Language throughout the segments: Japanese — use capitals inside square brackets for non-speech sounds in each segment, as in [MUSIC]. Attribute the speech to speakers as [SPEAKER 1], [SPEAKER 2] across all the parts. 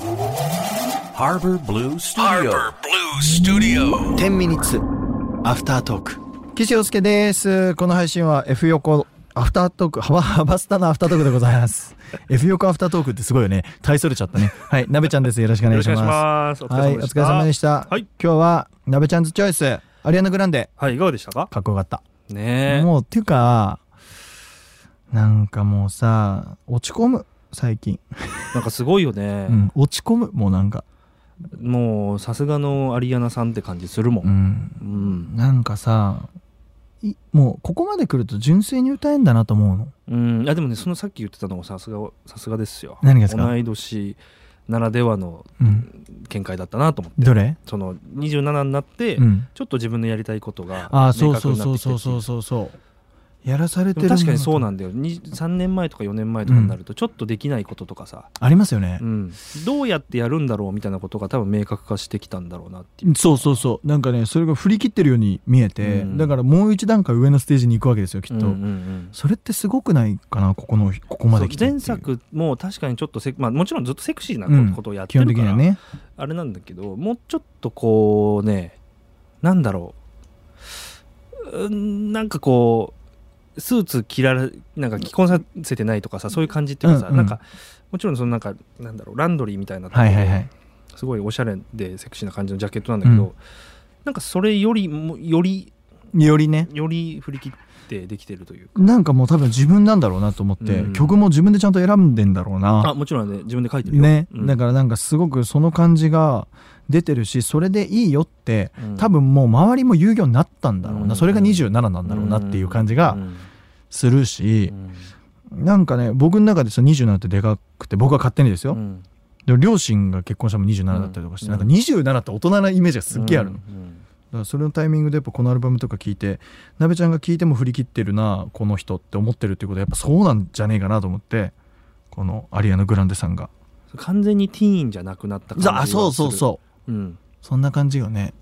[SPEAKER 1] ハーバーブルースタジオ。
[SPEAKER 2] Harbor Blue Studio.
[SPEAKER 3] 10ミニッツアフタートーク岸洋介ですこの配信は F 横アフタートークハバハバスタのアフタートークでございます [LAUGHS] F 横アフタートークってすごいよね大それちゃったねはいなべちゃんですよろしくお願いします
[SPEAKER 4] よろしくお
[SPEAKER 3] はい
[SPEAKER 4] 願い
[SPEAKER 3] お
[SPEAKER 4] します。
[SPEAKER 3] 疲れ様でした、
[SPEAKER 4] はい
[SPEAKER 3] 今日はなべちゃんズチョイスアリアナグランデ
[SPEAKER 4] はい、いかがでしたか
[SPEAKER 3] かっこよかった
[SPEAKER 4] ね
[SPEAKER 3] もうっていうかなんかもうさ落ち込む最近、
[SPEAKER 4] なんかすごいよね
[SPEAKER 3] う。ん、落ち込むもうなんか
[SPEAKER 4] もうさすがのアリアナさんって感じするも。
[SPEAKER 3] うんん
[SPEAKER 4] うん。
[SPEAKER 3] なんかさいもうここまで来ると純粋に歌えんだなと思うの
[SPEAKER 4] うん。あでもね、そのさっき言ってたのもさすがさすがですよ。
[SPEAKER 3] 何がですか
[SPEAKER 4] 同い年ならではの
[SPEAKER 3] うん、
[SPEAKER 4] 見解だったなと思って。
[SPEAKER 3] どれ、
[SPEAKER 4] その27になって、
[SPEAKER 3] うん、
[SPEAKER 4] ちょっと自分のやりたいことが
[SPEAKER 3] ああ
[SPEAKER 4] 明
[SPEAKER 3] そう
[SPEAKER 4] 確
[SPEAKER 3] そう
[SPEAKER 4] にな
[SPEAKER 3] そ
[SPEAKER 4] っ
[SPEAKER 3] う
[SPEAKER 4] てきて
[SPEAKER 3] そうそうそうそうやらされて
[SPEAKER 4] で
[SPEAKER 3] る
[SPEAKER 4] も確かにそう
[SPEAKER 3] な
[SPEAKER 4] なんだよに3年前とか4年前とかになるとちょっとできないこととかさ、
[SPEAKER 3] ありますよね
[SPEAKER 4] う、んどうやってやるんだろうみたいなことが多分明確化してきたんだろうなっていう
[SPEAKER 3] そうそうそうなんかねそれが振り切ってるように見えて、
[SPEAKER 4] うん
[SPEAKER 3] だからもう一段階上のステージに行くわけですよきっと、
[SPEAKER 4] うんうんうん
[SPEAKER 3] それってすごくないかなここのここまで来て
[SPEAKER 4] そう
[SPEAKER 3] っていう
[SPEAKER 4] 前作も確かにちょっとセク、まあ、もちろんずっとセクシーな
[SPEAKER 3] うん
[SPEAKER 4] ことをやって
[SPEAKER 3] 基
[SPEAKER 4] る
[SPEAKER 3] 本
[SPEAKER 4] から、
[SPEAKER 3] 的にはね
[SPEAKER 4] あれなんだけどもうちょっとこうねなんだろううーんなんかこうスーツ着られなんか着こさせてないとかさそういう感じっていうかさ、
[SPEAKER 3] うんうん
[SPEAKER 4] なんかもちろんそのなんかなんだろうランドリーみたいなとこ
[SPEAKER 3] は
[SPEAKER 4] ろ
[SPEAKER 3] いはいはい
[SPEAKER 4] すごいおしゃれでセクシーな感じのジャケットなんだけど、
[SPEAKER 3] うん
[SPEAKER 4] なんかそれよりもより
[SPEAKER 3] よりね
[SPEAKER 4] より振り切ってできてるというか
[SPEAKER 3] なんかもう多分自分なんだろうなと思って、
[SPEAKER 4] うん
[SPEAKER 3] 曲も自分でちゃんと選んでんだろうな
[SPEAKER 4] あもちろんね自分で書いてるよ
[SPEAKER 3] ね、
[SPEAKER 4] うん
[SPEAKER 3] だからなんかすごくその感じが出てるしそれでいいよって、
[SPEAKER 4] うん
[SPEAKER 3] 多分もう周りも遊戯になったんだろうな、
[SPEAKER 4] うん
[SPEAKER 3] それが27なんだろうなっていう感じが
[SPEAKER 4] うん
[SPEAKER 3] するし
[SPEAKER 4] う、ん
[SPEAKER 3] なんかね僕の中でその27ってでかくて僕は勝手にですよ、
[SPEAKER 4] うん
[SPEAKER 3] でも両親が結婚したのも27だったりとかして、
[SPEAKER 4] うん
[SPEAKER 3] なんか27って大人なイメージがすっげえあるの、だ
[SPEAKER 4] うん
[SPEAKER 3] からそれのタイミングでやっぱこのアルバムとか聞いてなべちゃんが聞いても振り切ってるなこの人って思ってるっていうことはやっぱそうなんじゃねえかなと思ってこのアリアナ・グランデさんが。
[SPEAKER 4] 完全にティーンじゃなくなった感じ
[SPEAKER 3] あそうそう
[SPEAKER 4] う、
[SPEAKER 3] そう
[SPEAKER 4] うん、
[SPEAKER 3] そんな感じよね。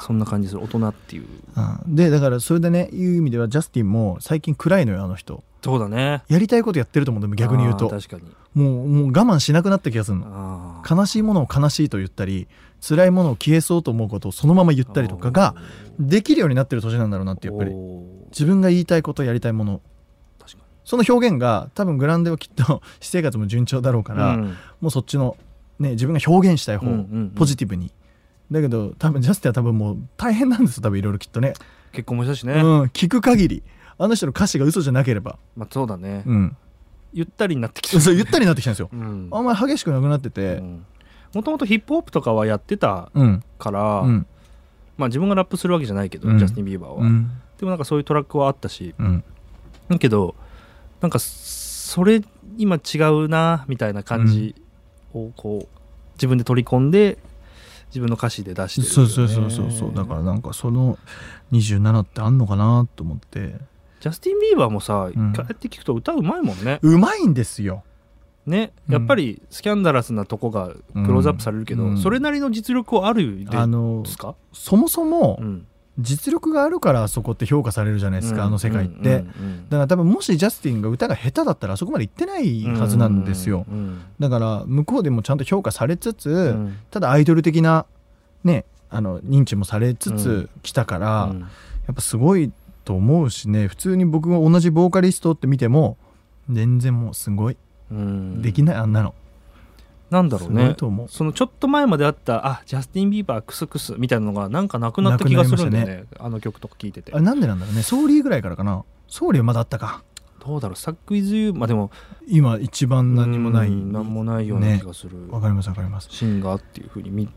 [SPEAKER 4] そんな感じする大人っていう
[SPEAKER 3] うん、でだからそれでねいう意味ではジャスティンも最近暗いのよあの人
[SPEAKER 4] そうだね
[SPEAKER 3] やりたいことやってると思うんだよ逆に言う
[SPEAKER 4] あ
[SPEAKER 3] と
[SPEAKER 4] ー確かに
[SPEAKER 3] もうもう我慢しなくなった気がするの
[SPEAKER 4] あー
[SPEAKER 3] 悲しいものを悲しいと言ったり辛いものを消えそうと思うことをそのまま言ったりとかができるようになってる年なんだろうなってやっぱり
[SPEAKER 4] おー
[SPEAKER 3] 自分が言いたいことやりたいもの
[SPEAKER 4] 確かに
[SPEAKER 3] その表現が多分グランデはきっと私生活も順調だろうから、
[SPEAKER 4] うん
[SPEAKER 3] もうそっちの、ね、自分が表現したい方、
[SPEAKER 4] うんうんうん
[SPEAKER 3] ポジティブにだけど多分ジャスティンは多分もう大変なんですよ多分いろいろきっとね
[SPEAKER 4] 結婚もしたしね、
[SPEAKER 3] うん、聞く限りあの人の歌詞が嘘じゃなければ、
[SPEAKER 4] まあ、そうだね、 [LAUGHS]
[SPEAKER 3] うん、
[SPEAKER 4] ゆったりになってきて
[SPEAKER 3] そう言ったりになってきたんですよ
[SPEAKER 4] うん
[SPEAKER 3] あんまり激しくなくなってて
[SPEAKER 4] もともとヒップホップとかはやってた
[SPEAKER 3] うん
[SPEAKER 4] から、
[SPEAKER 3] うん
[SPEAKER 4] まあ、自分がラップするわけじゃないけど、
[SPEAKER 3] うん
[SPEAKER 4] ジャスティン・ビーバーは、
[SPEAKER 3] うん
[SPEAKER 4] でもなんかそういうトラックはあったし
[SPEAKER 3] うん
[SPEAKER 4] だけどなんかそれ今違うなみたいな感じをこう自分で取り込んで自分の歌詞で出してる、ね、
[SPEAKER 3] そうそうそうそうそうだからなんかその27ってあんのかなと思って
[SPEAKER 4] ジャスティン・ビーバーもさ、
[SPEAKER 3] うん
[SPEAKER 4] 一回やって聞くと歌うまいもんね
[SPEAKER 3] うまいんですよ
[SPEAKER 4] ね
[SPEAKER 3] うん
[SPEAKER 4] やっぱりスキャンダラスなとこがクローズアップされるけど、
[SPEAKER 3] うん
[SPEAKER 4] それなりの実力をあるで
[SPEAKER 3] あの
[SPEAKER 4] ですか、
[SPEAKER 3] そもそも
[SPEAKER 4] うん、
[SPEAKER 3] 実力があるからあそこって評価されるじゃないですか、
[SPEAKER 4] うん
[SPEAKER 3] あの世界って、
[SPEAKER 4] うんうん
[SPEAKER 3] だから多分もしジャスティンが歌が下手だったらあそこまで行ってないはずなんですよ、
[SPEAKER 4] うんうん
[SPEAKER 3] だから向こうでもちゃんと評価されつつ、
[SPEAKER 4] うん
[SPEAKER 3] ただアイドル的なねあの認知もされつ
[SPEAKER 4] う
[SPEAKER 3] つ来たから、
[SPEAKER 4] うん
[SPEAKER 3] やっぱすごいと思うしね普通に僕が同じボーカリストって見ても全然もうすごい
[SPEAKER 4] うん
[SPEAKER 3] できない、あんなの
[SPEAKER 4] なんだろう
[SPEAKER 3] すご
[SPEAKER 4] ね
[SPEAKER 3] いと思う
[SPEAKER 4] そのちょっと前まであったあジャスティン・ビーバークスクスみたいなのがなんかなくなった気がするんだよねあの曲とか聴いてて
[SPEAKER 3] あれなんでなんだろうねソーリーぐらいからかなソーリーはまだあったか
[SPEAKER 4] どうだろう「サック・イズ・ユー」まあでも
[SPEAKER 3] 今一番何もない
[SPEAKER 4] うん何もないような気がする、
[SPEAKER 3] わかりますわかります
[SPEAKER 4] シンガーっていうふうに見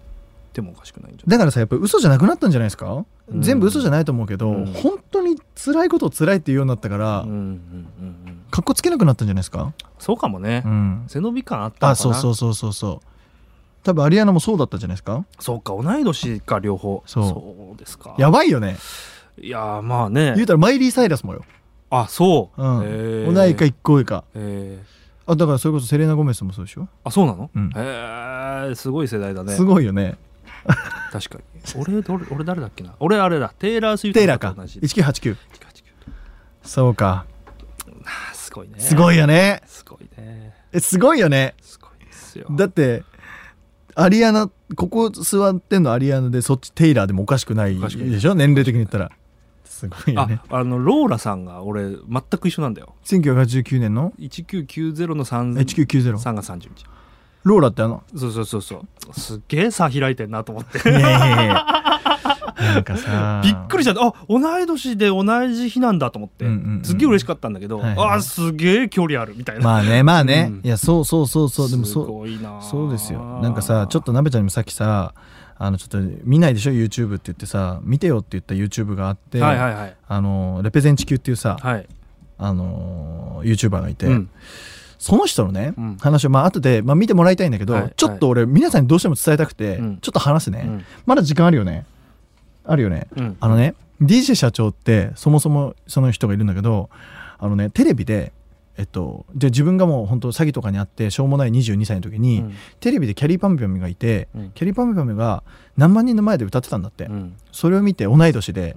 [SPEAKER 4] てもおかしくないんじゃな
[SPEAKER 3] だ
[SPEAKER 4] い
[SPEAKER 3] からさやっぱ嘘じゃなくなったんじゃないですか、
[SPEAKER 4] うん
[SPEAKER 3] 全部嘘じゃないと思うけど、
[SPEAKER 4] うん
[SPEAKER 3] 本当に辛いことを辛いって言うようになったから、
[SPEAKER 4] うんうんうんうん
[SPEAKER 3] かっこつけなくなったんじゃないですか、
[SPEAKER 4] そうかもね
[SPEAKER 3] う。ん、
[SPEAKER 4] 背伸び感あったのかな。
[SPEAKER 3] あそうそうそうそうそう多分アリアナもそうだったじゃないですか
[SPEAKER 4] そうか、同い年か、両方。
[SPEAKER 3] そう
[SPEAKER 4] うですか。
[SPEAKER 3] やばいよね
[SPEAKER 4] いやー、まあ
[SPEAKER 3] 言
[SPEAKER 4] ね
[SPEAKER 3] う。たらマイリー・サイラスもよ、
[SPEAKER 4] あ、そう。
[SPEAKER 3] うん
[SPEAKER 4] へー
[SPEAKER 3] 同いか一個上か
[SPEAKER 4] えー
[SPEAKER 3] あだからそれこそセレナ・ゴメスもそうでしょ、
[SPEAKER 4] あ、そうなの
[SPEAKER 3] うん
[SPEAKER 4] へえ、すごい世代だね。
[SPEAKER 3] すごいよね
[SPEAKER 4] 確かに。俺、俺俺誰だっけな。俺、あれだ。テイラー・スウィフ
[SPEAKER 3] テイ
[SPEAKER 4] ト
[SPEAKER 3] ラー
[SPEAKER 4] と
[SPEAKER 3] か
[SPEAKER 4] 同じ。
[SPEAKER 3] 1989そうか
[SPEAKER 4] あーすごいね。
[SPEAKER 3] すごいよね
[SPEAKER 4] すごいね。
[SPEAKER 3] えすごいよね
[SPEAKER 4] すごいですよ。
[SPEAKER 3] だってアリアナここ座ってんのアリアナでそっちテイラーでもおかしくない
[SPEAKER 4] おかしくない
[SPEAKER 3] でしょ年齢的に言ったらすごいよね
[SPEAKER 4] あ、あの、ローラさんが俺、全く一緒なんだよ。
[SPEAKER 3] 1989年の
[SPEAKER 4] 1990の3
[SPEAKER 3] 1990
[SPEAKER 4] 3が30日。
[SPEAKER 3] ローラって
[SPEAKER 4] [LAUGHS]
[SPEAKER 3] あの
[SPEAKER 4] そうそうそうそう。すっげえ差開いてんなと
[SPEAKER 3] [LAUGHS]
[SPEAKER 4] 思って。
[SPEAKER 3] いやいやいやなんかさ
[SPEAKER 4] [LAUGHS] びっくりしちゃった。あ、同い年で同じ日なんだと思って
[SPEAKER 3] うんうんうん。
[SPEAKER 4] すっげえ嬉しかったんだけど、
[SPEAKER 3] はいはい
[SPEAKER 4] あ、すげえ距離あるみたい
[SPEAKER 3] [LAUGHS]
[SPEAKER 4] な。
[SPEAKER 3] まあねまあね、
[SPEAKER 4] うん
[SPEAKER 3] いやそうそうそうそうでも
[SPEAKER 4] す
[SPEAKER 3] そう
[SPEAKER 4] ごいなあ
[SPEAKER 3] そうですよなんかさちょっとなべちゃんにもさっきさあのちょっと見ないでしょ YouTube って言ってさ見てよって言った YouTube があって、
[SPEAKER 4] はいはいはい。
[SPEAKER 3] あのレペゼン地球っていうさ、
[SPEAKER 4] はい。
[SPEAKER 3] あの YouTuber がいて、
[SPEAKER 4] うん
[SPEAKER 3] その人のね、
[SPEAKER 4] うん
[SPEAKER 3] 話を、まあ後で、まあ、見てもらいたいんだけど、
[SPEAKER 4] はい
[SPEAKER 3] ちょっと俺、皆さんにどうしても伝えたくて、
[SPEAKER 4] うん
[SPEAKER 3] ちょっと話すね、
[SPEAKER 4] うん
[SPEAKER 3] まだ時間あるよねあるよね、
[SPEAKER 4] うん
[SPEAKER 3] あのね DJ 社長ってそもそもその人がいるんだけどあのねテレビでえっとで自分がもう本当詐欺とかにあってしょうもない22歳の時に、
[SPEAKER 4] うん
[SPEAKER 3] テレビでキャリーパンピョムがいて、
[SPEAKER 4] うん
[SPEAKER 3] キャリーパンピョムが何万人の前で歌ってたんだって、
[SPEAKER 4] うん
[SPEAKER 3] それを見て同い年で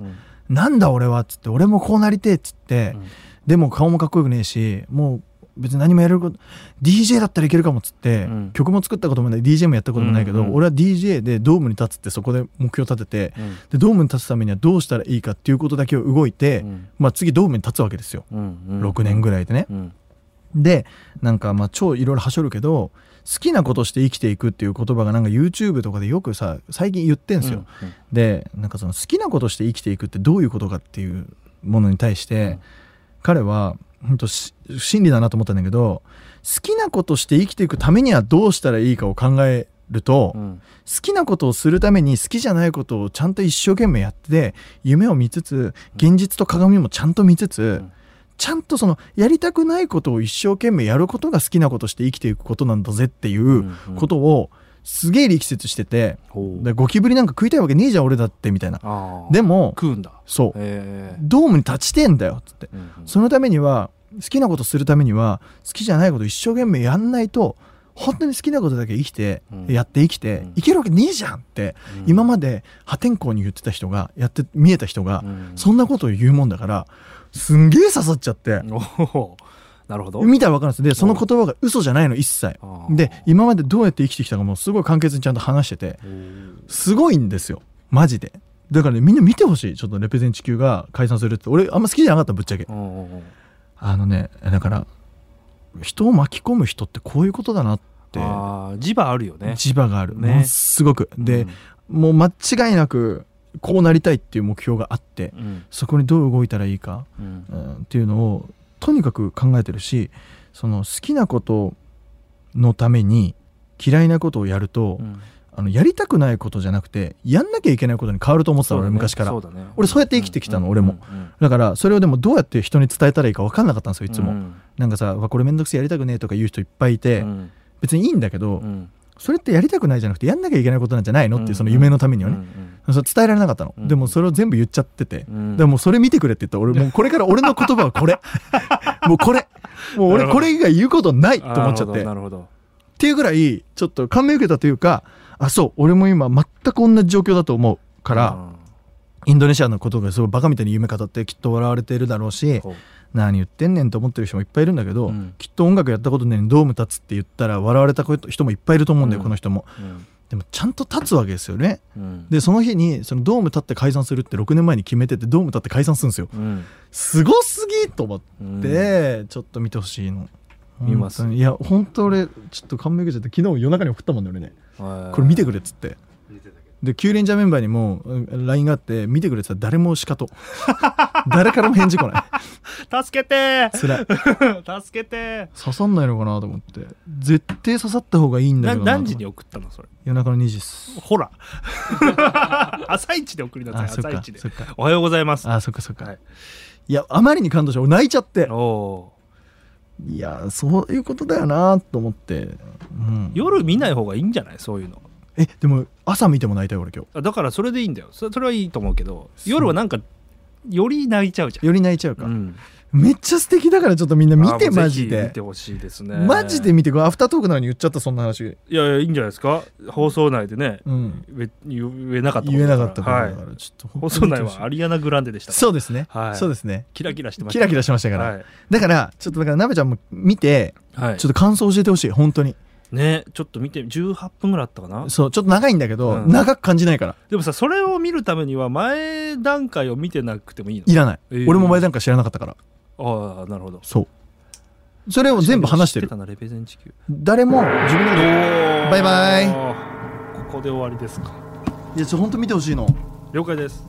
[SPEAKER 4] う、ん
[SPEAKER 3] なんだ俺はっつって俺もこうなりてえっつって、
[SPEAKER 4] うん
[SPEAKER 3] でも顔もかっこよくねえしもう別に何もやれること DJ だったらいけるかもっつって、
[SPEAKER 4] うん
[SPEAKER 3] 曲も作ったこともない DJ もやったこともないけど、
[SPEAKER 4] うんうん
[SPEAKER 3] 俺は DJ でドームに立つってそこで目標立てて、
[SPEAKER 4] うん
[SPEAKER 3] でドームに立つためにはどうしたらいいかっていうことだけを動いて、
[SPEAKER 4] うん
[SPEAKER 3] まあ、次ドームに立つわけですよ、
[SPEAKER 4] うん
[SPEAKER 3] 6年ぐらいでね。
[SPEAKER 4] うん
[SPEAKER 3] でなんかまあ超いろいろはしょるけど好きなことして生きていくっていう言葉がなんか YouTube とかでよくさ最近言ってんすよ。
[SPEAKER 4] うん
[SPEAKER 3] でなんかその好きなことして生きていくってどういうことかっていうものに対して、彼は本当し真理だなと思ったんだけど好きなことして生きていくためにはどうしたらいいかを考えると、
[SPEAKER 4] うん
[SPEAKER 3] 好
[SPEAKER 4] うん
[SPEAKER 3] きなことをするために好きじゃないことをちゃんと一生懸命やって夢を見つつ現実と鏡もちゃんと見つつ、
[SPEAKER 4] ん
[SPEAKER 3] ちゃんとそのやりたくないことを一生懸命やることが好きなことして生きていくことなんだぜっていうことをすげえ力説してて。
[SPEAKER 4] ほう
[SPEAKER 3] でゴキブリなんか食いたいわけねえじゃん俺だってみたいな
[SPEAKER 4] あー
[SPEAKER 3] でも
[SPEAKER 4] 食うんだ
[SPEAKER 3] そう
[SPEAKER 4] ええ
[SPEAKER 3] ドームに立ちてえんだよっつって
[SPEAKER 4] うんうん
[SPEAKER 3] そのためには好きなことするためには好きじゃないこと一生懸命やんないと本当に好きなことだけ生きて、
[SPEAKER 4] うん
[SPEAKER 3] やって生きて、
[SPEAKER 4] うん
[SPEAKER 3] いけるわけねえじゃんって、
[SPEAKER 4] うん
[SPEAKER 3] 今まで破天荒に言ってた人がやって見えた人が、
[SPEAKER 4] うん
[SPEAKER 3] そんなことを言うもんだからすんげえ刺さっちゃって、
[SPEAKER 4] おおなるほど
[SPEAKER 3] 見たら分かるんですでその言葉が嘘じゃないの一切
[SPEAKER 4] あー
[SPEAKER 3] で今までどうやって生きてきたかもすごい簡潔にちゃんと話してて
[SPEAKER 4] おー
[SPEAKER 3] すごいんですよマジでだからねみんな見てほしいちょっとレペゼン地球が解散するって俺あんま好きじゃなかったぶっちゃけ
[SPEAKER 4] うんうんうん
[SPEAKER 3] あのねだから人を巻き込む人ってこういうことだなって
[SPEAKER 4] あー磁場あるよね
[SPEAKER 3] 磁場がある、
[SPEAKER 4] ね
[SPEAKER 3] ものすごくで、もう間違いなくこうなりたいっていう目標があって
[SPEAKER 4] うん
[SPEAKER 3] そこにどう動いたらいいか、
[SPEAKER 4] うん
[SPEAKER 3] うん、っていうのをとにかく考えてるしその好きなことのために嫌いなことをやると、
[SPEAKER 4] うん
[SPEAKER 3] あのやりたくないことじゃなくてやんなきゃいけないことに変わると思ってたの、俺昔から
[SPEAKER 4] そうだね
[SPEAKER 3] 俺そうやって生きてきたの
[SPEAKER 4] うん
[SPEAKER 3] 俺も
[SPEAKER 4] うんうん
[SPEAKER 3] だからそれをでもどうやって人に伝えたらいいか分かんなかったんですよいつも、
[SPEAKER 4] うん
[SPEAKER 3] なんかさうわこれめんどくせえやりたくねえとか言う人いっぱいいて、
[SPEAKER 4] うん
[SPEAKER 3] 別にいいんだけど、
[SPEAKER 4] うん
[SPEAKER 3] それってやりたくないじゃなくてやんなきゃいけないことなんじゃないのっていうその夢のためにはね、それ伝えられなかったの、
[SPEAKER 4] うん
[SPEAKER 3] でもそれを全部言っちゃってて、
[SPEAKER 4] うん
[SPEAKER 3] でもうそれ見てくれって言ったら俺もうこれから俺の言葉はこれ
[SPEAKER 4] [LAUGHS]
[SPEAKER 3] もうこれもう俺
[SPEAKER 4] なるほど
[SPEAKER 3] これ以外言うことないと
[SPEAKER 4] あー
[SPEAKER 3] 思っちゃって
[SPEAKER 4] なるほどなるほど
[SPEAKER 3] っていうぐらいちょっと感銘受けたというかあそう俺も今全く同じ状況だと思うから、
[SPEAKER 4] うん
[SPEAKER 3] インドネシアのことがすごいバカみたいに夢語ってきっと笑われてるだろうし
[SPEAKER 4] ほう
[SPEAKER 3] 何言ってんねんと思ってる人もいっぱいいるんだけど、
[SPEAKER 4] うん
[SPEAKER 3] きっと音楽やったことないのにドーム立つって言ったら笑われた人もいっぱいいると思うんだよ、
[SPEAKER 4] うん
[SPEAKER 3] この人も
[SPEAKER 4] うん
[SPEAKER 3] でもちゃんと立つわけですよね
[SPEAKER 4] うん
[SPEAKER 3] でその日にそのドーム立って解散するって6年前に決めててドーム立って解散するんですよ
[SPEAKER 4] うん
[SPEAKER 3] すごすぎと思っ
[SPEAKER 4] うん
[SPEAKER 3] て、ちょっと見てほしいの
[SPEAKER 4] 見ます
[SPEAKER 3] 本当にいや本当俺ちょっと感銘受けちゃって昨日夜中に送ったもんね俺ねこれ見てくれっつってでキュウレンジャーメンバーにもうん LINE があって見てくれって言ったら誰もしかと誰からも返事来
[SPEAKER 4] [LAUGHS]
[SPEAKER 3] ない
[SPEAKER 4] 助けて
[SPEAKER 3] つらい
[SPEAKER 4] 助けて
[SPEAKER 3] 刺さんないのかなと思って絶対刺さった方がいいんだ
[SPEAKER 4] な
[SPEAKER 3] けどなと
[SPEAKER 4] 何
[SPEAKER 3] 思って
[SPEAKER 4] 時に送ったのそれ
[SPEAKER 3] 夜中の2時っす
[SPEAKER 4] ほら [LAUGHS] 朝一で送りなさい
[SPEAKER 3] あそっ
[SPEAKER 4] 朝
[SPEAKER 3] か
[SPEAKER 4] 一で
[SPEAKER 3] そっか
[SPEAKER 4] おはようございます
[SPEAKER 3] あそっかそっか、
[SPEAKER 4] はい
[SPEAKER 3] い、やあまりに感動して俺泣いちゃって
[SPEAKER 4] お
[SPEAKER 3] いやそういうことだよなと思って、うん、
[SPEAKER 4] 夜見ない方がいいんじゃないそういうの
[SPEAKER 3] えでも朝見ても泣いたよ俺今
[SPEAKER 4] あだからそれでいいんだよそそれはいいと思うけど夜はなんかより泣いちゃうじ
[SPEAKER 3] 日より泣いちゃう
[SPEAKER 4] ゃ
[SPEAKER 3] か、
[SPEAKER 4] ん、うん、
[SPEAKER 3] めっちゃ素敵だからちょっとみんな見て
[SPEAKER 4] あもうぜひ
[SPEAKER 3] マジ
[SPEAKER 4] 見
[SPEAKER 3] で
[SPEAKER 4] てほしいですね
[SPEAKER 3] マジで見てこれアフタートークなのに言っちゃったそんな話、
[SPEAKER 4] いやいやいいんじゃないですか放送内でね
[SPEAKER 3] うん、
[SPEAKER 4] 言え言えなかったこと
[SPEAKER 3] 言えなかったこと
[SPEAKER 4] は
[SPEAKER 3] だ
[SPEAKER 4] い
[SPEAKER 3] から、ちょっと
[SPEAKER 4] 放
[SPEAKER 3] 本
[SPEAKER 4] 送
[SPEAKER 3] 当に見
[SPEAKER 4] 内
[SPEAKER 3] てほしい
[SPEAKER 4] はアリアナ・グランデでしたから
[SPEAKER 3] そうですね、
[SPEAKER 4] はい
[SPEAKER 3] そうですね
[SPEAKER 4] キラキラしてまし
[SPEAKER 3] キ
[SPEAKER 4] た
[SPEAKER 3] ラキラしましたから、
[SPEAKER 4] はい
[SPEAKER 3] だからちょっとだからなべちゃんも見て
[SPEAKER 4] はい
[SPEAKER 3] ちょっと感想教えてほしい本当に
[SPEAKER 4] ねちょっと見て18分ぐらいあったかな
[SPEAKER 3] そうちょっと長いんだけど、
[SPEAKER 4] うん
[SPEAKER 3] 長く感じないから
[SPEAKER 4] でもさそれを見るためには前段階を見てなくてもいいの
[SPEAKER 3] いらない、
[SPEAKER 4] えー
[SPEAKER 3] 俺も前なんか知らなかったから
[SPEAKER 4] ああなるほど
[SPEAKER 3] そうそれを全部話して
[SPEAKER 4] 知
[SPEAKER 3] る
[SPEAKER 4] たなレペゼン地球
[SPEAKER 3] 誰も自分のことバイバイ
[SPEAKER 4] ここで終わりですか
[SPEAKER 3] いやちょっと本当見てほしいの
[SPEAKER 4] 了解です